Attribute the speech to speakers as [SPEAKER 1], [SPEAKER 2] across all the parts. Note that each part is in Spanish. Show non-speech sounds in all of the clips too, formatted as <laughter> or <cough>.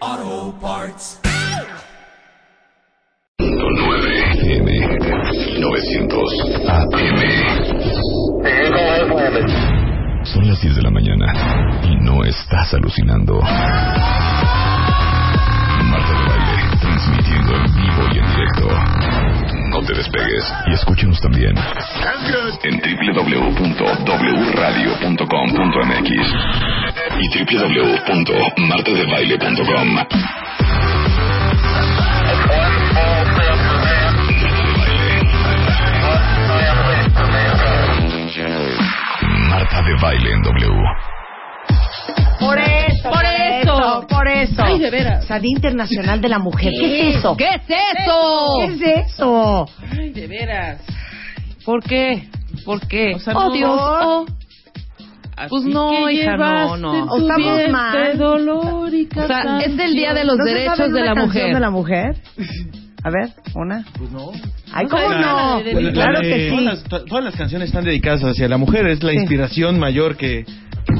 [SPEAKER 1] Parts. 9 900 AM. Son las 10 de la mañana y no estás alucinando. Marta de Baile, transmitiendo en vivo y en directo. No te despegues y escúchenos también en www.wradio.com.mx y www.martadebaile.com. Marta de Baile en W.
[SPEAKER 2] Por eso,
[SPEAKER 3] Por eso.
[SPEAKER 2] por eso.
[SPEAKER 3] Ay, de veras.
[SPEAKER 2] Día Internacional de la Mujer. ¿Qué es eso?
[SPEAKER 3] ¿Qué es eso?
[SPEAKER 2] ¿Qué es eso?
[SPEAKER 3] Ay, de veras.
[SPEAKER 2] ¿Por qué? ¿Por qué?
[SPEAKER 3] O sea, no.
[SPEAKER 2] oh.
[SPEAKER 3] Pues no, hija, no, no.
[SPEAKER 2] O estamos mal.
[SPEAKER 3] dolor y
[SPEAKER 2] O sea,
[SPEAKER 3] es el Día de los
[SPEAKER 2] ¿No se saben
[SPEAKER 3] Derechos de
[SPEAKER 2] una
[SPEAKER 3] la
[SPEAKER 2] canción
[SPEAKER 3] Mujer.
[SPEAKER 2] de la mujer? A ver, una.
[SPEAKER 4] Pues no.
[SPEAKER 2] Ay, ¿cómo
[SPEAKER 3] Ay,
[SPEAKER 2] Pues no?
[SPEAKER 3] la
[SPEAKER 5] Pues
[SPEAKER 3] de-
[SPEAKER 2] Claro
[SPEAKER 4] La de-
[SPEAKER 2] que
[SPEAKER 4] Todas
[SPEAKER 2] sí.
[SPEAKER 4] las, to- todas las canciones están dedicadas hacia la mujer, es la
[SPEAKER 2] Sí.
[SPEAKER 4] inspiración mayor que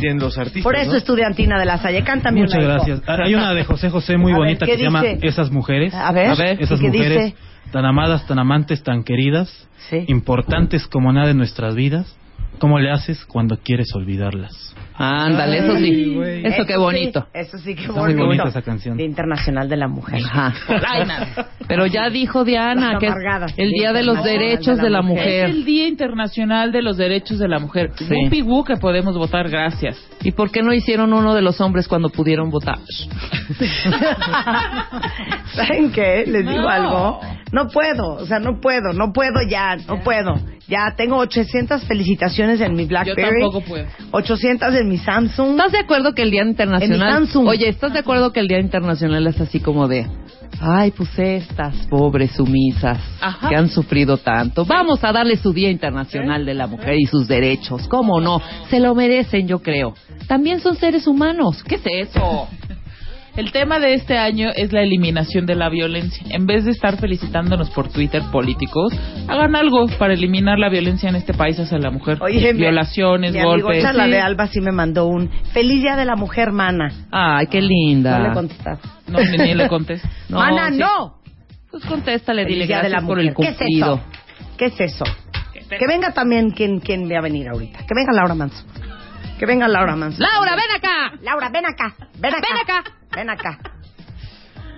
[SPEAKER 4] tienen los artistas.
[SPEAKER 2] Por eso
[SPEAKER 4] ¿no?
[SPEAKER 2] estudiantina de la Salle. Cántame
[SPEAKER 5] Muchas
[SPEAKER 2] una, hijo.
[SPEAKER 5] gracias. Hay una de José José muy
[SPEAKER 2] A ver,
[SPEAKER 5] bonita
[SPEAKER 2] ¿qué
[SPEAKER 5] que se llama
[SPEAKER 2] dice?
[SPEAKER 5] Esas mujeres.
[SPEAKER 2] A ver, ¿y
[SPEAKER 5] esas
[SPEAKER 2] qué
[SPEAKER 5] mujeres
[SPEAKER 2] dice?
[SPEAKER 5] tan amadas, tan amantes, tan queridas,
[SPEAKER 2] Sí.
[SPEAKER 5] importantes como nada en nuestras vidas. ¿Cómo le haces cuando quieres olvidarlas?
[SPEAKER 3] Ándale, eso sí. Eso qué bonito.
[SPEAKER 2] Eso sí, qué
[SPEAKER 5] Está muy
[SPEAKER 2] bonito.
[SPEAKER 5] bonita esa canción.
[SPEAKER 2] Día Internacional de la Mujer. <laughs>
[SPEAKER 3] Ajá. Ay, nada. Pero ya dijo Diana
[SPEAKER 2] Las
[SPEAKER 3] que es
[SPEAKER 2] amargadas.
[SPEAKER 3] el Día de los
[SPEAKER 2] Internacional
[SPEAKER 3] Derechos de la
[SPEAKER 6] Es
[SPEAKER 3] Mujer.
[SPEAKER 6] el Día Internacional de los Derechos de la Mujer.
[SPEAKER 3] Sí.
[SPEAKER 6] Whoopi woo que podemos votar, gracias.
[SPEAKER 3] ¿Y por qué no hicieron uno de los hombres cuando
[SPEAKER 6] <laughs>
[SPEAKER 3] pudieron votar?
[SPEAKER 2] <laughs> ¿Saben qué? Les digo
[SPEAKER 6] No.
[SPEAKER 2] algo. No puedo, o sea, no puedo, no puedo ya, no puedo. Ya tengo 800 felicitaciones en mi BlackBerry.
[SPEAKER 6] tampoco puedo.
[SPEAKER 2] 800 en mi Samsung.
[SPEAKER 3] ¿Estás de acuerdo que el Día
[SPEAKER 2] En mi
[SPEAKER 3] Internacional...
[SPEAKER 2] Samsung.
[SPEAKER 3] Oye, ¿estás de acuerdo que el Día Internacional es así como de... Ay, pues estas pobres sumisas
[SPEAKER 6] Ajá. ¿Eh?
[SPEAKER 3] que han sufrido tanto. Vamos a darle su Día Internacional de la Mujer y sus derechos. ¿Cómo no? Se lo merecen, yo creo. También son seres humanos. ¿Qué es eso?
[SPEAKER 6] <laughs> El tema de este año es la eliminación de la violencia. En vez de estar felicitándonos por Twitter políticos, hagan algo para eliminar la violencia en este país hacia la mujer.
[SPEAKER 2] Oye, mi-
[SPEAKER 6] Violaciones,
[SPEAKER 2] mi amigo
[SPEAKER 6] golpes.
[SPEAKER 2] Chala
[SPEAKER 6] Sí.
[SPEAKER 2] de Alba sí me mandó un Feliz Día de la Mujer, mana.
[SPEAKER 3] Ay, qué linda.
[SPEAKER 2] No le contestas.
[SPEAKER 6] No, ni- ni le
[SPEAKER 3] <laughs>
[SPEAKER 6] contesto.
[SPEAKER 2] <laughs>
[SPEAKER 3] No,
[SPEAKER 2] mana,
[SPEAKER 3] sí.
[SPEAKER 2] no.
[SPEAKER 3] Pues contéstale, dile
[SPEAKER 2] Feliz Día de
[SPEAKER 3] gracias
[SPEAKER 2] la
[SPEAKER 3] por
[SPEAKER 2] Mujer.
[SPEAKER 3] el
[SPEAKER 2] ¿Qué es
[SPEAKER 3] cumplido.
[SPEAKER 2] eso? ¿Qué es eso? Que venga también quien, quien va a venir ahorita. Que venga Laura Manso. Que venga Laura Manso.
[SPEAKER 3] Laura, ven acá.
[SPEAKER 2] Laura, ven acá. Ven acá.
[SPEAKER 3] Ven acá.
[SPEAKER 2] Ven acá.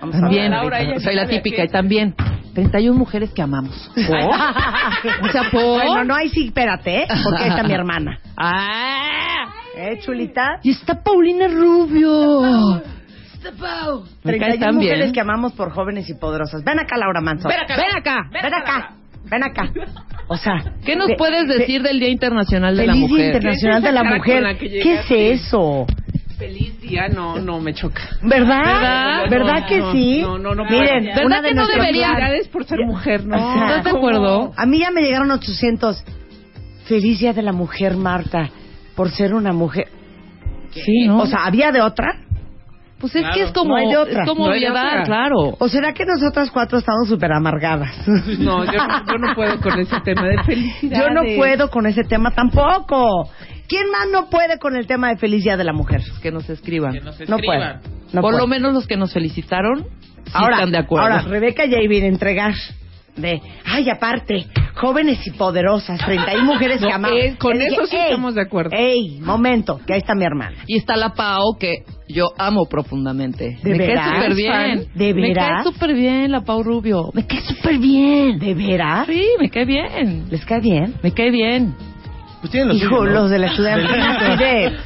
[SPEAKER 2] Vamos a
[SPEAKER 3] También, eh,
[SPEAKER 2] hablar
[SPEAKER 6] Laura, ella
[SPEAKER 3] soy
[SPEAKER 6] sí
[SPEAKER 3] la
[SPEAKER 6] sabe
[SPEAKER 3] típica
[SPEAKER 6] a
[SPEAKER 3] y
[SPEAKER 6] qué-
[SPEAKER 3] también 31 mujeres que amamos. <laughs> O sea, por
[SPEAKER 2] Bueno, no, ahí sí, espérate, ¿eh? porque ahí está
[SPEAKER 3] <laughs>
[SPEAKER 2] mi hermana.
[SPEAKER 3] Ah.
[SPEAKER 2] ¿Eh, chulita?
[SPEAKER 3] Y está Paulina Rubio. Me cae
[SPEAKER 2] 31
[SPEAKER 3] tan bien.
[SPEAKER 2] mujeres que amamos por jóvenes y poderosas. Ven acá, Laura Manso.
[SPEAKER 3] Ven acá. Ven acá.
[SPEAKER 2] Ven acá. Ven acá. O sea...
[SPEAKER 3] ¿Qué nos
[SPEAKER 2] ve-
[SPEAKER 3] puedes
[SPEAKER 2] ve-
[SPEAKER 3] decir del Día Internacional de la
[SPEAKER 2] Feliz Día
[SPEAKER 3] Mujer?
[SPEAKER 2] Internacional de la Mujer. ¿Qué es eso?
[SPEAKER 7] Feliz día, no, no me choca.
[SPEAKER 2] ¿Verdad?
[SPEAKER 3] ¿Verdad?
[SPEAKER 2] ¿Verdad,
[SPEAKER 7] No,
[SPEAKER 2] que
[SPEAKER 7] no,
[SPEAKER 2] sí?
[SPEAKER 7] no, no, no,
[SPEAKER 2] Miren,
[SPEAKER 7] ¿verdad
[SPEAKER 2] una de
[SPEAKER 3] que no
[SPEAKER 2] nuestras-
[SPEAKER 3] debería?
[SPEAKER 7] Felicidades por ser mujer, ¿no?
[SPEAKER 2] Ajá.
[SPEAKER 3] ¿Estás de acuerdo?
[SPEAKER 2] A mí ya me llegaron 800. Feliz Día de la Mujer, Marta, por ser una mujer.
[SPEAKER 3] Sí, ¿no?
[SPEAKER 2] O sea, ¿había de otra?
[SPEAKER 3] pues es que es como,
[SPEAKER 2] no hay de otra.
[SPEAKER 3] es como
[SPEAKER 7] No hay de
[SPEAKER 3] obviedad,
[SPEAKER 7] otra.
[SPEAKER 3] claro.
[SPEAKER 2] ¿O será que nosotras cuatro estamos súper amargadas?
[SPEAKER 3] <laughs>
[SPEAKER 7] No, yo, no- yo no puedo con ese tema de felicidades.
[SPEAKER 2] Yo no puedo con ese tema tampoco. ¿Quién más no puede con el tema de felicidad de la mujer?
[SPEAKER 3] Que nos escriban.
[SPEAKER 6] Que nos
[SPEAKER 2] No puede.
[SPEAKER 6] escriban.
[SPEAKER 2] No
[SPEAKER 3] por
[SPEAKER 2] puede.
[SPEAKER 3] lo menos los que nos felicitaron sí
[SPEAKER 2] ahora,
[SPEAKER 3] están de acuerdo.
[SPEAKER 2] Ahora, Rebeca ya iba a entregar de, ay, aparte, jóvenes y poderosas, 31 mujeres que
[SPEAKER 7] No,
[SPEAKER 2] amamos.
[SPEAKER 7] eh, con
[SPEAKER 2] Le dije,
[SPEAKER 7] eso sí
[SPEAKER 2] "Ey,
[SPEAKER 7] estamos de acuerdo".
[SPEAKER 2] Ey, momento, que ahí está mi hermana.
[SPEAKER 3] Y está la Pau, que yo amo profundamente.
[SPEAKER 2] ¿De
[SPEAKER 3] Me
[SPEAKER 2] veras,
[SPEAKER 3] cae súper bien.
[SPEAKER 2] fan? ¿De
[SPEAKER 3] Me cae
[SPEAKER 2] veras?
[SPEAKER 3] súper bien la Pau Rubio. Me cae súper bien.
[SPEAKER 2] ¿De veras?
[SPEAKER 3] Sí, me cae bien.
[SPEAKER 2] ¿Les cae bien?
[SPEAKER 3] Me cae bien.
[SPEAKER 4] Pues tienen lo
[SPEAKER 2] Hijo,
[SPEAKER 4] suyo, ¿no?
[SPEAKER 2] los de
[SPEAKER 4] <laughs>
[SPEAKER 2] la estudiantina. de-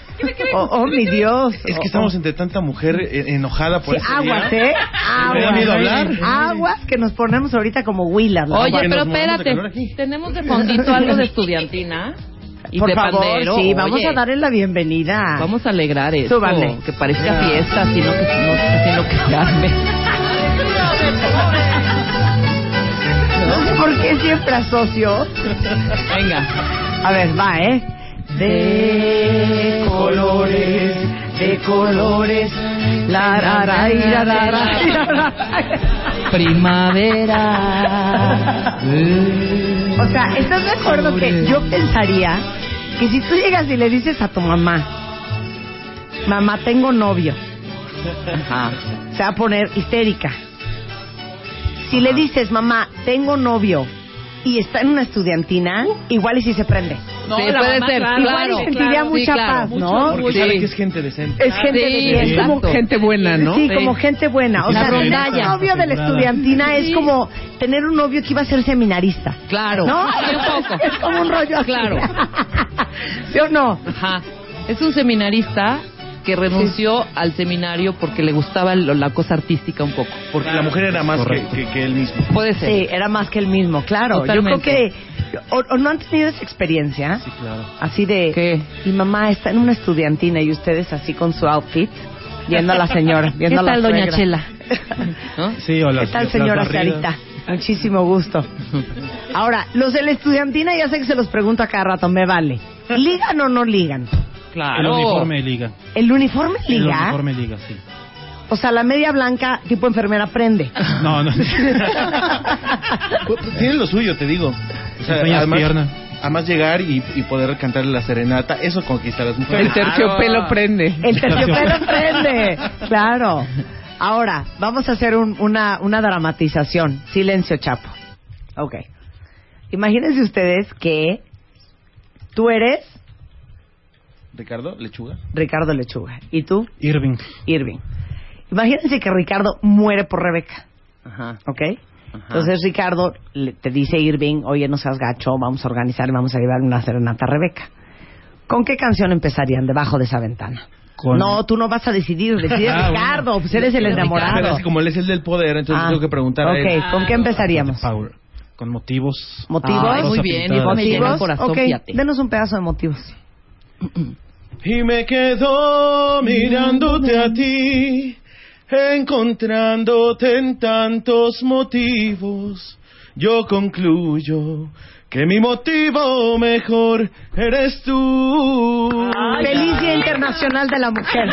[SPEAKER 2] oh, oh, mi Dios.
[SPEAKER 4] Es
[SPEAKER 2] Oh,
[SPEAKER 4] que estamos
[SPEAKER 2] oh.
[SPEAKER 4] entre tanta mujer eh, enojada por
[SPEAKER 2] Sí,
[SPEAKER 4] ese día.
[SPEAKER 2] aguas, ¿eh?
[SPEAKER 4] Me da
[SPEAKER 2] Aguas.
[SPEAKER 4] miedo hablar.
[SPEAKER 2] Aguas que nos ponemos ahorita como Willard.
[SPEAKER 3] Oye,
[SPEAKER 4] que
[SPEAKER 3] pero
[SPEAKER 4] nos movamos de
[SPEAKER 3] espérate.
[SPEAKER 4] calor aquí.
[SPEAKER 3] Tenemos de fondito algo de estudiantina. Y
[SPEAKER 2] Por
[SPEAKER 3] de
[SPEAKER 2] favor,
[SPEAKER 3] pandero.
[SPEAKER 2] sí, vamos
[SPEAKER 3] Oye,
[SPEAKER 2] a darle la bienvenida.
[SPEAKER 3] Vamos a alegrar esto.
[SPEAKER 2] Súbanle.
[SPEAKER 6] <laughs>
[SPEAKER 3] Que parezca fiesta, sino que, no, sino que se arme.
[SPEAKER 2] yo siempre asocio.
[SPEAKER 6] Venga.
[SPEAKER 2] A ver, va, ¿eh? De colores, de colores. La, ra, ra, ira, ra, ra, ira, ra.
[SPEAKER 3] Primavera.
[SPEAKER 2] O sea, ¿estás de acuerdo que yo pensaría que si tú llegas y le dices a tu mamá, mamá, tengo novio,
[SPEAKER 3] Ajá.
[SPEAKER 2] se va a poner histérica. Si le dices, mamá, tengo novio, y está en una estudiantina, igual y si se prende.
[SPEAKER 3] Sí, puede ser,
[SPEAKER 2] Igual y
[SPEAKER 3] claro.
[SPEAKER 2] sentiría
[SPEAKER 3] claro, sí,
[SPEAKER 2] mucha
[SPEAKER 3] claro.
[SPEAKER 2] paz,
[SPEAKER 3] Mucho
[SPEAKER 2] ¿no?
[SPEAKER 4] Porque
[SPEAKER 3] Sí.
[SPEAKER 4] sabe que es gente decente.
[SPEAKER 2] Es gente
[SPEAKER 3] Sí,
[SPEAKER 2] de bien.
[SPEAKER 7] Es como
[SPEAKER 3] Exacto.
[SPEAKER 7] gente buena, ¿no?
[SPEAKER 2] Ah, Sí,
[SPEAKER 3] Sí.
[SPEAKER 2] como gente buena. O
[SPEAKER 3] La
[SPEAKER 2] sea, tener
[SPEAKER 3] rondalla.
[SPEAKER 2] un novio de la estudiantina es como tener un novio que iba a ser seminarista.
[SPEAKER 3] Claro.
[SPEAKER 2] ¿No?
[SPEAKER 3] Sí, <laughs> un poco.
[SPEAKER 2] <laughs> Es como un rollo así.
[SPEAKER 3] Claro.
[SPEAKER 2] <laughs> ¿Sí o no?
[SPEAKER 3] Ajá. Es un seminarista que renunció al seminario porque le gustaba lo- la cosa artística un poco.
[SPEAKER 4] Porque la mujer era más que,
[SPEAKER 5] Correcto.
[SPEAKER 4] que, que él mismo.
[SPEAKER 3] Puede ser.
[SPEAKER 2] Sí, era más que el mismo, claro. Yo creo
[SPEAKER 3] Totalmente.
[SPEAKER 2] que... O, o no han tenido esa experiencia?
[SPEAKER 4] Sí, claro.
[SPEAKER 2] Así de...
[SPEAKER 3] ¿Qué?
[SPEAKER 2] Mi mamá está en una estudiantina y ustedes así con su outfit, viendo a la señora,
[SPEAKER 3] <laughs> ¿Qué
[SPEAKER 2] viendo a la
[SPEAKER 3] tal, doña
[SPEAKER 2] suegra.
[SPEAKER 3] Chela? <laughs>
[SPEAKER 2] <laughs>
[SPEAKER 3] ¿No?
[SPEAKER 5] Sí, o las-
[SPEAKER 2] ¿Qué tal,
[SPEAKER 5] las
[SPEAKER 2] señora
[SPEAKER 5] barridas.
[SPEAKER 2] Sarita? Muchísimo
[SPEAKER 5] <laughs>
[SPEAKER 2] gusto. Ahora, los de la estudiantina ya sé que se los pregunto a cada rato, me vale. ¿Ligan o no ligan?
[SPEAKER 5] Ah, El uniforme de liga.
[SPEAKER 2] ¿El uniforme
[SPEAKER 5] El
[SPEAKER 2] liga?
[SPEAKER 5] uniforme de liga, sí.
[SPEAKER 2] O sea, la media blanca tipo enfermera prende.
[SPEAKER 4] <laughs>
[SPEAKER 5] No, no.
[SPEAKER 4] Pues, Tiene lo suyo, te digo. O
[SPEAKER 5] Enseñas pierna.
[SPEAKER 4] además llegar y, y poder cantarle la serenata, eso conquista a las mujeres.
[SPEAKER 7] El terciopelo prende.
[SPEAKER 2] El
[SPEAKER 5] <laughs>
[SPEAKER 2] terciopelo prende, claro. Ahora, vamos a hacer un- una, una dramatización. Silencio, Chapo. Ok. Imagínense ustedes que tú eres
[SPEAKER 4] Ricardo, lechuga.
[SPEAKER 2] Ricardo Lechuga y tú
[SPEAKER 5] Irving.
[SPEAKER 2] Irving. Imagínense que Ricardo muere por Rebeca.
[SPEAKER 3] Ajá.
[SPEAKER 2] ¿ok? Entonces Ricardo le- te dice a Irving, oye, no seas gacho, vamos a organizar y vamos a llevar una serenata a Rebeca. ¿Con qué canción empezarían debajo de esa ventana?
[SPEAKER 5] Con-
[SPEAKER 2] No, tú no vas a decidir, decide
[SPEAKER 5] Ah, bueno.
[SPEAKER 2] Ricardo, pues eres el
[SPEAKER 4] Pero
[SPEAKER 2] enamorado.
[SPEAKER 4] así como él es el del poder, entonces
[SPEAKER 2] Ah,
[SPEAKER 4] tengo que preguntar
[SPEAKER 2] ok,
[SPEAKER 4] a él.
[SPEAKER 2] ¿con qué empezaríamos?
[SPEAKER 5] Power. Con motivos. Ah,
[SPEAKER 2] ¿Motivos?
[SPEAKER 3] Ay, muy
[SPEAKER 5] Rosa
[SPEAKER 3] bien,
[SPEAKER 5] pintada.
[SPEAKER 3] y me llena el
[SPEAKER 2] ¿Motivos?
[SPEAKER 3] corazón,
[SPEAKER 2] ok,
[SPEAKER 3] fíjate.
[SPEAKER 2] denos un pedazo de motivos.
[SPEAKER 4] Y me quedo mirándote a ti, encontrándote en tantos motivos. Yo concluyo que mi motivo mejor eres tú.
[SPEAKER 2] Feliz Día Internacional de la Mujer.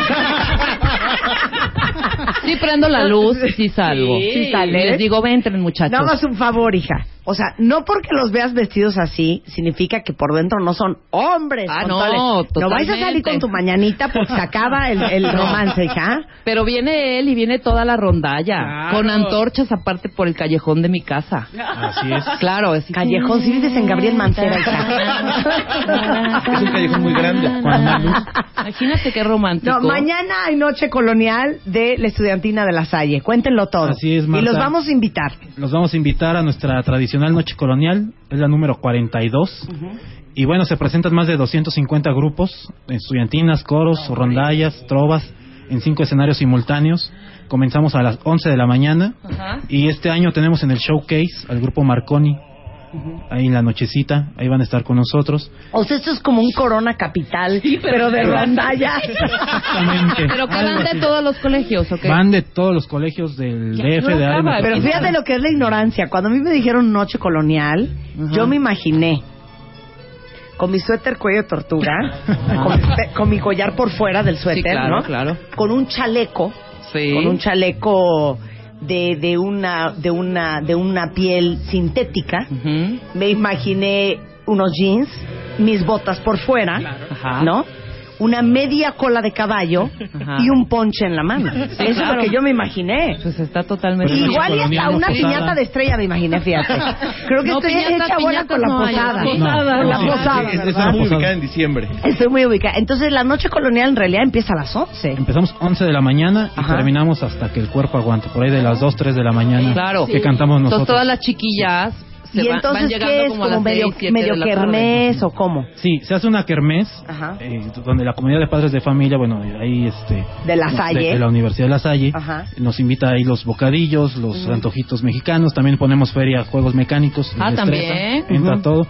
[SPEAKER 3] Sí prendo la luz y sí salgo.
[SPEAKER 2] Sí. Sí sale.
[SPEAKER 3] Les digo, "Ven, entren, muchachos.
[SPEAKER 2] No hagas un favor, hija. O sea, no porque los veas vestidos así, significa que por dentro no son hombres.
[SPEAKER 3] Ah,
[SPEAKER 2] con
[SPEAKER 3] no,
[SPEAKER 2] todo el- No vais a
[SPEAKER 3] totalmente.
[SPEAKER 2] salir con tu mañanita porque se acaba el,
[SPEAKER 3] <laughs>
[SPEAKER 2] el romance, hija.
[SPEAKER 3] Pero viene él y viene toda la rondalla. Con antorchas aparte por el callejón de mi casa.
[SPEAKER 5] Así es.
[SPEAKER 3] Claro, es
[SPEAKER 2] Callejón, si vives en Gabriel Mancera, hija.
[SPEAKER 4] Es un callejón muy
[SPEAKER 3] <laughs>
[SPEAKER 4] grande.
[SPEAKER 5] Con una luz.
[SPEAKER 3] Imagínate qué romántico.
[SPEAKER 2] No, mañana hay noche colonial de la estudiantina de la Salle. Cuéntenlo todo.
[SPEAKER 5] Así es,
[SPEAKER 2] Y
[SPEAKER 5] Marta.
[SPEAKER 2] los vamos a invitar.
[SPEAKER 5] Los vamos a invitar a nuestra tradicional noche colonial, es la número 42. Y bueno, se presentan más de 250 grupos, estudiantinas, coros, rondallas, trovas, en cinco escenarios simultáneos. Comenzamos a las 11 de la mañana.
[SPEAKER 3] Ajá.
[SPEAKER 5] Y este año tenemos en el showcase al grupo Marconi, ahí en la nochecita, ahí van a estar con nosotros.
[SPEAKER 2] O sea, esto es como un corona capital, pero, de rondalla.
[SPEAKER 3] <laughs>
[SPEAKER 5] Exactamente.
[SPEAKER 3] Pero que van de todos los colegios, ¿ok?
[SPEAKER 5] Van de todos los colegios del DF,
[SPEAKER 6] no
[SPEAKER 5] de área
[SPEAKER 6] acaba,
[SPEAKER 5] metropolitana.
[SPEAKER 2] Pero fíjate lo que es la ignorancia. Cuando a mí me dijeron noche colonial, yo me imaginé con mi suéter cuello de
[SPEAKER 3] <laughs>
[SPEAKER 2] tortuga, con, mi pe- con mi collar por fuera del suéter,
[SPEAKER 3] claro,
[SPEAKER 2] ¿no?
[SPEAKER 3] claro.
[SPEAKER 2] Con un chaleco,
[SPEAKER 3] Sí.
[SPEAKER 2] con un chaleco de, de una de una de una piel sintética.
[SPEAKER 3] Ujú.
[SPEAKER 2] Me imaginé unos jeans, mis botas por fuera,
[SPEAKER 3] Ajá.
[SPEAKER 2] ¿no? Una media cola de caballo
[SPEAKER 3] Ajá.
[SPEAKER 2] y un ponche en la mano. Eso es lo
[SPEAKER 3] claro.
[SPEAKER 2] que yo me imaginé.
[SPEAKER 3] Pues está totalmente...
[SPEAKER 5] Pero
[SPEAKER 2] Igual y hasta
[SPEAKER 5] colonial,
[SPEAKER 2] una
[SPEAKER 5] no posada.
[SPEAKER 2] piñata de estrella me imaginé, fíjate. Creo que
[SPEAKER 3] No,
[SPEAKER 2] estoy
[SPEAKER 3] piñata,
[SPEAKER 2] hecha buena
[SPEAKER 3] piñata
[SPEAKER 2] con la
[SPEAKER 3] no hay.
[SPEAKER 2] posada.
[SPEAKER 5] Posada,
[SPEAKER 2] la
[SPEAKER 5] no.
[SPEAKER 2] posada,
[SPEAKER 4] Sí, es-
[SPEAKER 2] ¿verdad?
[SPEAKER 4] está muy ubicada en diciembre.
[SPEAKER 2] Estoy muy ubicada. Entonces, la noche colonial en realidad empieza a las 11.
[SPEAKER 5] Empezamos 11 de la mañana y
[SPEAKER 2] Ajá.
[SPEAKER 5] terminamos hasta que el cuerpo aguante, por ahí de las 2, 3 de la mañana.
[SPEAKER 3] Claro.
[SPEAKER 5] Que cantamos
[SPEAKER 3] Entonces todas
[SPEAKER 5] nosotros.
[SPEAKER 3] las chiquillas se
[SPEAKER 2] ¿Y
[SPEAKER 3] van- van
[SPEAKER 2] entonces
[SPEAKER 3] llegando
[SPEAKER 2] qué es?
[SPEAKER 3] como, a las
[SPEAKER 2] ¿Como medio,
[SPEAKER 3] seis, siete
[SPEAKER 2] medio
[SPEAKER 3] de la tarde.
[SPEAKER 2] kermés o cómo? Ah,
[SPEAKER 5] Sí, se hace una kermés
[SPEAKER 2] Ajá.
[SPEAKER 5] eh, donde la comunidad de padres de familia, bueno, ahí este...
[SPEAKER 2] De La Salle.
[SPEAKER 5] De, de la Universidad de La Salle.
[SPEAKER 2] Ajá.
[SPEAKER 5] Nos invita ahí los bocadillos, los antojitos mexicanos, también ponemos feria, juegos mecánicos.
[SPEAKER 3] Ah,
[SPEAKER 5] destreza,
[SPEAKER 3] también.
[SPEAKER 5] Entra
[SPEAKER 2] Ujú.
[SPEAKER 5] todo.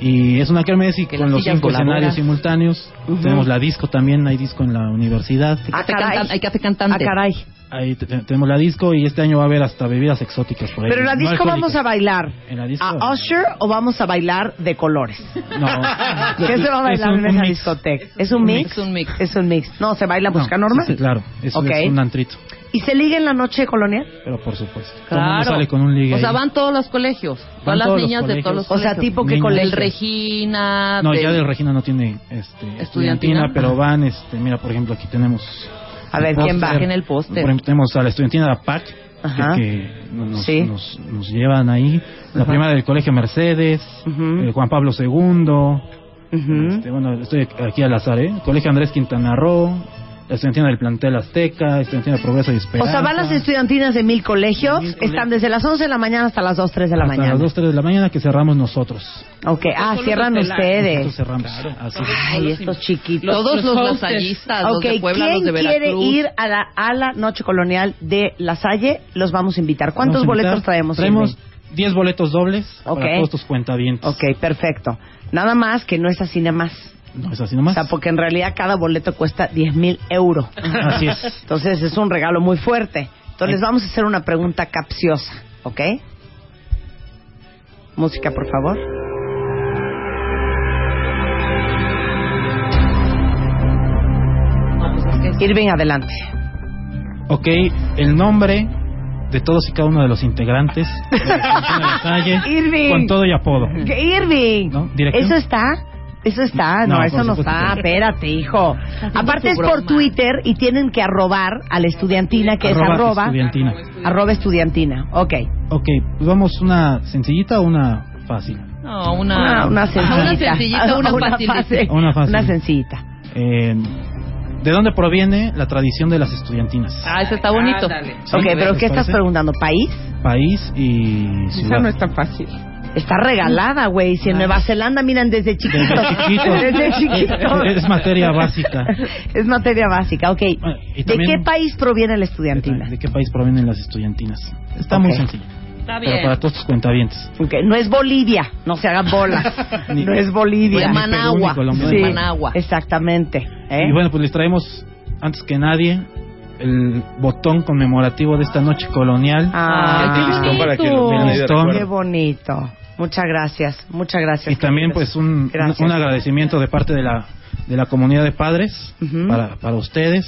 [SPEAKER 5] Y es una kermés y
[SPEAKER 3] Que
[SPEAKER 5] con
[SPEAKER 3] las
[SPEAKER 5] los
[SPEAKER 3] sillas
[SPEAKER 5] cinco
[SPEAKER 3] voladoras.
[SPEAKER 5] escenarios simultáneos.
[SPEAKER 2] Ujú.
[SPEAKER 5] Tenemos la disco también, hay disco en la universidad.
[SPEAKER 2] Ah,
[SPEAKER 3] Café
[SPEAKER 2] caray.
[SPEAKER 3] cantan- hay café cantante.
[SPEAKER 2] Ah, caray.
[SPEAKER 5] Ahí te- te- tenemos la disco y este año va a haber hasta bebidas exóticas por ahí.
[SPEAKER 2] Pero en la
[SPEAKER 5] no
[SPEAKER 2] disco
[SPEAKER 5] alcohólicas.
[SPEAKER 2] vamos a bailar.
[SPEAKER 5] En la disco.
[SPEAKER 2] ¿A Usher o vamos a bailar de colores? <laughs>
[SPEAKER 5] No.
[SPEAKER 2] ¿Qué se va a bailar
[SPEAKER 5] Es
[SPEAKER 2] en
[SPEAKER 5] un- un
[SPEAKER 2] esa
[SPEAKER 5] mix.
[SPEAKER 2] discoteca? ¿Es un mix?
[SPEAKER 3] Es un mix.
[SPEAKER 2] Es un mix. No, se baila
[SPEAKER 5] No,
[SPEAKER 2] busca
[SPEAKER 5] sí,
[SPEAKER 2] normal.
[SPEAKER 5] sí, claro, es,
[SPEAKER 2] Ok.
[SPEAKER 5] es un antrito.
[SPEAKER 2] ¿Y se liga en la noche colonial?
[SPEAKER 5] Pero por supuesto. Todo el mundo
[SPEAKER 3] Claro.
[SPEAKER 5] sale con un ligue
[SPEAKER 3] o sea,
[SPEAKER 5] ahí.
[SPEAKER 3] van todos los colegios.
[SPEAKER 5] Van
[SPEAKER 3] Todas las
[SPEAKER 5] todos los
[SPEAKER 3] niñas de todos los
[SPEAKER 5] colegios.
[SPEAKER 2] O sea,
[SPEAKER 3] colegios.
[SPEAKER 2] tipo que
[SPEAKER 5] Niños.
[SPEAKER 2] colegio.
[SPEAKER 3] del Regina.
[SPEAKER 5] No,
[SPEAKER 3] del-
[SPEAKER 5] ya de Regina no tiene este,
[SPEAKER 3] Estudiantina.
[SPEAKER 5] estudiantina, pero van, este, mira, por ejemplo, aquí tenemos.
[SPEAKER 2] A ver,
[SPEAKER 5] el
[SPEAKER 2] ¿quién va?
[SPEAKER 5] póster.
[SPEAKER 3] En el póster.
[SPEAKER 5] Por ejemplo, tenemos a la estudiantina de la PAC,
[SPEAKER 2] Ajá.
[SPEAKER 5] que, que nos,
[SPEAKER 2] Sí.
[SPEAKER 5] nos, nos llevan ahí. La
[SPEAKER 2] Ajá.
[SPEAKER 5] primera del Colegio Mercedes,
[SPEAKER 2] Ujú.
[SPEAKER 5] el Juan Pablo II.
[SPEAKER 2] Ujú.
[SPEAKER 5] este, bueno, estoy aquí al azar, ¿eh? Colegio Andrés Quintana Roo, la estudiantina del Plantel Azteca, estudiantina de Progreso y
[SPEAKER 2] O
[SPEAKER 5] Esperanza.
[SPEAKER 2] sea, van las estudiantinas de mil colegios,
[SPEAKER 5] De mil colegios.
[SPEAKER 2] están desde las 11 de la mañana hasta las 2, 3 de la
[SPEAKER 5] Hasta
[SPEAKER 2] mañana.
[SPEAKER 5] las 2, 3 de la mañana que cerramos nosotros.
[SPEAKER 2] Ok, ah, cierran
[SPEAKER 5] Nosotros
[SPEAKER 2] ustedes.
[SPEAKER 5] cerramos. Así es.
[SPEAKER 2] Ay, estos chiquitos.
[SPEAKER 3] Todos los,
[SPEAKER 6] hostels.
[SPEAKER 3] lasallistas, los
[SPEAKER 2] Ok,
[SPEAKER 3] de Puebla,
[SPEAKER 2] ¿quién
[SPEAKER 3] los de
[SPEAKER 2] quiere
[SPEAKER 3] Veracruz.
[SPEAKER 2] ir a la, a la noche colonial de La Salle? Los vamos a invitar. ¿Cuántos
[SPEAKER 5] Vamos a
[SPEAKER 2] boletos
[SPEAKER 5] invitar.
[SPEAKER 2] traemos?
[SPEAKER 5] Traemos
[SPEAKER 2] Irving?
[SPEAKER 5] 10 boletos dobles
[SPEAKER 2] Ok.
[SPEAKER 5] para todos tus cuentavientes.
[SPEAKER 2] Ok, perfecto. Nada más que no es así nada más.
[SPEAKER 5] No es así nomás.
[SPEAKER 2] O sea, porque en realidad cada boleto cuesta 10 mil euros.
[SPEAKER 5] Así es.
[SPEAKER 2] Entonces es un regalo muy fuerte. Entonces les vamos a hacer una pregunta capciosa, ¿ok? Música, por favor.
[SPEAKER 3] pues
[SPEAKER 2] Irving, adelante.
[SPEAKER 5] Ok, el nombre de todos y cada uno de los integrantes. de la calle,
[SPEAKER 2] <laughs> Irving.
[SPEAKER 5] Con todo y apodo.
[SPEAKER 2] ¿Qué, Irving,
[SPEAKER 5] ¿No? ¿Dirección?
[SPEAKER 2] eso está. Eso está, no,
[SPEAKER 5] No,
[SPEAKER 2] eso
[SPEAKER 5] por
[SPEAKER 2] no
[SPEAKER 5] supuesto.
[SPEAKER 2] está, espérate, hijo.
[SPEAKER 3] haciendo
[SPEAKER 2] Aparte
[SPEAKER 3] tu
[SPEAKER 2] es por
[SPEAKER 3] broma.
[SPEAKER 2] Twitter y tienen que arrobar a la estudiantina que es arroba,
[SPEAKER 5] Estudiantina.
[SPEAKER 2] arroba estudiantina. Ok,
[SPEAKER 5] Ok, pues vamos una sencillita o una fácil.
[SPEAKER 3] No, Ah, una,
[SPEAKER 2] Ah, una, una sencillita. Ah,
[SPEAKER 3] Una
[SPEAKER 2] <laughs>
[SPEAKER 3] sencillita, una, facilita.
[SPEAKER 2] fácil.
[SPEAKER 5] Una fácil.
[SPEAKER 2] Una sencillita.
[SPEAKER 5] Eh, ¿De dónde proviene la tradición de las estudiantinas?
[SPEAKER 3] Ah, ese está bonito.
[SPEAKER 5] Sí,
[SPEAKER 2] ok, pero
[SPEAKER 5] ¿les
[SPEAKER 2] ¿qué estás
[SPEAKER 5] parece?
[SPEAKER 2] preguntando? ¿País?
[SPEAKER 5] País y
[SPEAKER 7] Esa
[SPEAKER 5] ciudad.
[SPEAKER 7] no es tan fácil.
[SPEAKER 2] Está regalada, güey. Si en Nueva Zelanda miran desde chiquitos.
[SPEAKER 5] Desde
[SPEAKER 7] <laughs>
[SPEAKER 2] <laughs>
[SPEAKER 5] chiquitos.
[SPEAKER 2] Desde chiquitos.
[SPEAKER 5] Es- es materia básica.
[SPEAKER 2] Es materia básica, ok.
[SPEAKER 5] Ah,
[SPEAKER 2] ¿De
[SPEAKER 5] y también-
[SPEAKER 2] qué país proviene la estudiantina?
[SPEAKER 5] ¿De qué país provienen las estudiantinas? Está
[SPEAKER 2] Ok.
[SPEAKER 5] muy sencillo.
[SPEAKER 3] Está
[SPEAKER 5] Pero para todos tus cuentavientes.
[SPEAKER 2] Ok, No es Bolivia, no se hagan bolas.
[SPEAKER 5] <laughs> Ni-
[SPEAKER 2] no es Bolivia.
[SPEAKER 3] Ni Perú, ni Managua.
[SPEAKER 5] Colombia.
[SPEAKER 3] Sí. Managua.
[SPEAKER 2] Exactamente. ¿eh?
[SPEAKER 5] Y bueno, pues les traemos, antes que nadie, el botón conmemorativo de esta noche colonial.
[SPEAKER 2] Ah,
[SPEAKER 6] Ay, qué bonito.
[SPEAKER 4] Para que lo
[SPEAKER 5] El
[SPEAKER 4] tengan ahí de
[SPEAKER 5] listón.
[SPEAKER 4] recuerdo.
[SPEAKER 2] qué bonito. Muchas gracias, muchas gracias.
[SPEAKER 5] y también pues un,
[SPEAKER 2] Gracias.
[SPEAKER 5] un agradecimiento de parte de la, de la comunidad de padres,
[SPEAKER 2] Ujú.
[SPEAKER 5] para, para ustedes,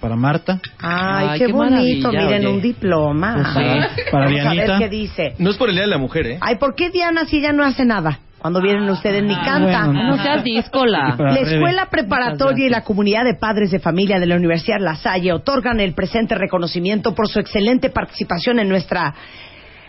[SPEAKER 5] para Marta,
[SPEAKER 2] Ay,
[SPEAKER 3] Ay,
[SPEAKER 2] qué,
[SPEAKER 3] qué
[SPEAKER 2] bonito,
[SPEAKER 3] maravilla,
[SPEAKER 2] miren,
[SPEAKER 3] oye.
[SPEAKER 2] un diploma.
[SPEAKER 5] para, Pues para
[SPEAKER 2] Vamos a ver
[SPEAKER 5] Dianita.
[SPEAKER 2] qué dice.
[SPEAKER 4] No es por el Día de la Mujer, ¿eh?
[SPEAKER 2] Ay, ¿por qué Diana si ella no hace nada? Cuando vienen ustedes ni canta.
[SPEAKER 5] Ah,
[SPEAKER 3] No
[SPEAKER 5] bueno,
[SPEAKER 3] seas
[SPEAKER 5] y
[SPEAKER 3] díscola.
[SPEAKER 5] para
[SPEAKER 2] La
[SPEAKER 5] Rebe.
[SPEAKER 2] Escuela Preparatoria y la Comunidad de Padres de Familia de la Universidad La Salle otorgan el presente reconocimiento por su excelente participación en nuestra...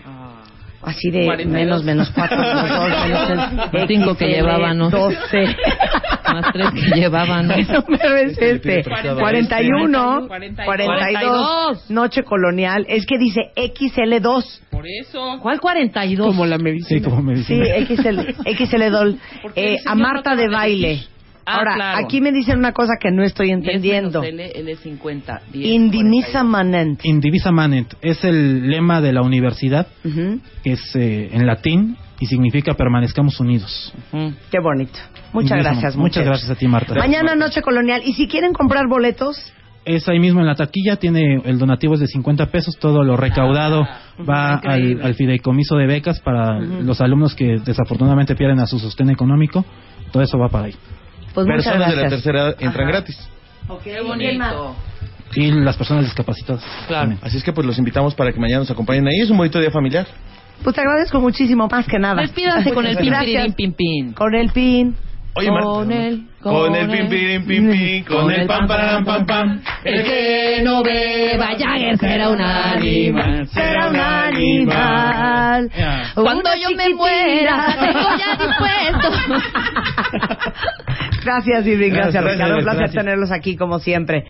[SPEAKER 3] Ah.
[SPEAKER 2] Así de
[SPEAKER 6] 42.
[SPEAKER 2] menos, menos cuatro,
[SPEAKER 3] <laughs>
[SPEAKER 2] menos dos, menos tres,
[SPEAKER 3] Cinco que
[SPEAKER 2] XL,
[SPEAKER 3] llevaban, ¿no?
[SPEAKER 2] doce. <laughs>
[SPEAKER 3] Más tres que llevaban, ¿no?
[SPEAKER 2] El número es este. 41,
[SPEAKER 6] 42.
[SPEAKER 2] 42, Noche Colonial. Es que dice XL2.
[SPEAKER 6] Por eso.
[SPEAKER 3] ¿Cuál 42?
[SPEAKER 7] Como la
[SPEAKER 5] Sí,
[SPEAKER 7] medicina.
[SPEAKER 5] como me
[SPEAKER 2] Sí,
[SPEAKER 5] dicen.
[SPEAKER 2] XL, XL2.
[SPEAKER 6] Porque
[SPEAKER 2] Eh,
[SPEAKER 6] el señor
[SPEAKER 2] a
[SPEAKER 6] no
[SPEAKER 2] Marta
[SPEAKER 6] te
[SPEAKER 2] de
[SPEAKER 6] va a
[SPEAKER 2] baile.
[SPEAKER 6] decir. Ah,
[SPEAKER 2] Ahora,
[SPEAKER 6] claro.
[SPEAKER 2] aquí me dicen una cosa que no estoy
[SPEAKER 3] 10 menos
[SPEAKER 2] entendiendo.
[SPEAKER 3] L, L es 50. 10,
[SPEAKER 2] Indimisa manent.
[SPEAKER 5] Indivisa manet es el lema de la universidad,
[SPEAKER 2] Ujú.
[SPEAKER 5] que es eh, en latín y significa permanezcamos unidos.
[SPEAKER 3] 42. Ujú.
[SPEAKER 2] Qué bonito. Muchas
[SPEAKER 5] Indivisa
[SPEAKER 2] gracias.
[SPEAKER 5] manet. Muchas
[SPEAKER 2] muchachos.
[SPEAKER 5] gracias a ti, Marta.
[SPEAKER 2] Mañana Noche Colonial. Y si quieren comprar boletos,
[SPEAKER 5] Es ahí mismo en la taquilla, tiene el donativo es de 50 pesos, todo lo recaudado
[SPEAKER 2] Ah,
[SPEAKER 5] va al, al fideicomiso de becas para los alumnos que desafortunadamente pierden a su sostén económico, todo eso va para ahí.
[SPEAKER 2] pues muchas
[SPEAKER 4] Personas de la
[SPEAKER 2] gracias.
[SPEAKER 4] tercera edad entran
[SPEAKER 2] Ajá.
[SPEAKER 4] gratis.
[SPEAKER 3] Qué bonito.
[SPEAKER 5] Y las personas discapacitadas.
[SPEAKER 3] Claro.
[SPEAKER 5] también.
[SPEAKER 4] Así es que pues los invitamos para que mañana nos acompañen ahí. Es un bonito día familiar.
[SPEAKER 2] Pues te agradezco muchísimo, más que nada.
[SPEAKER 3] Despídanse con el pin,
[SPEAKER 2] Gracias.
[SPEAKER 3] pin, pin, pin.
[SPEAKER 2] Con el pin.
[SPEAKER 4] Oye, Marta.
[SPEAKER 3] Con el-
[SPEAKER 4] Con el pim, pirim, pim, pim, con el pam, pam, pam, pam. El que no beba
[SPEAKER 3] Jagger será un animal,
[SPEAKER 2] será un animal.
[SPEAKER 5] Ya.
[SPEAKER 3] Cuando
[SPEAKER 2] Una
[SPEAKER 3] yo me
[SPEAKER 2] chiquitina.
[SPEAKER 3] muera, tengo
[SPEAKER 2] <laughs>
[SPEAKER 3] ya dispuesto.
[SPEAKER 2] gracias, Irving. Gracias,
[SPEAKER 5] Gracias,
[SPEAKER 2] Ricardo. Un placer
[SPEAKER 5] gracias.
[SPEAKER 2] tenerlos aquí, como siempre.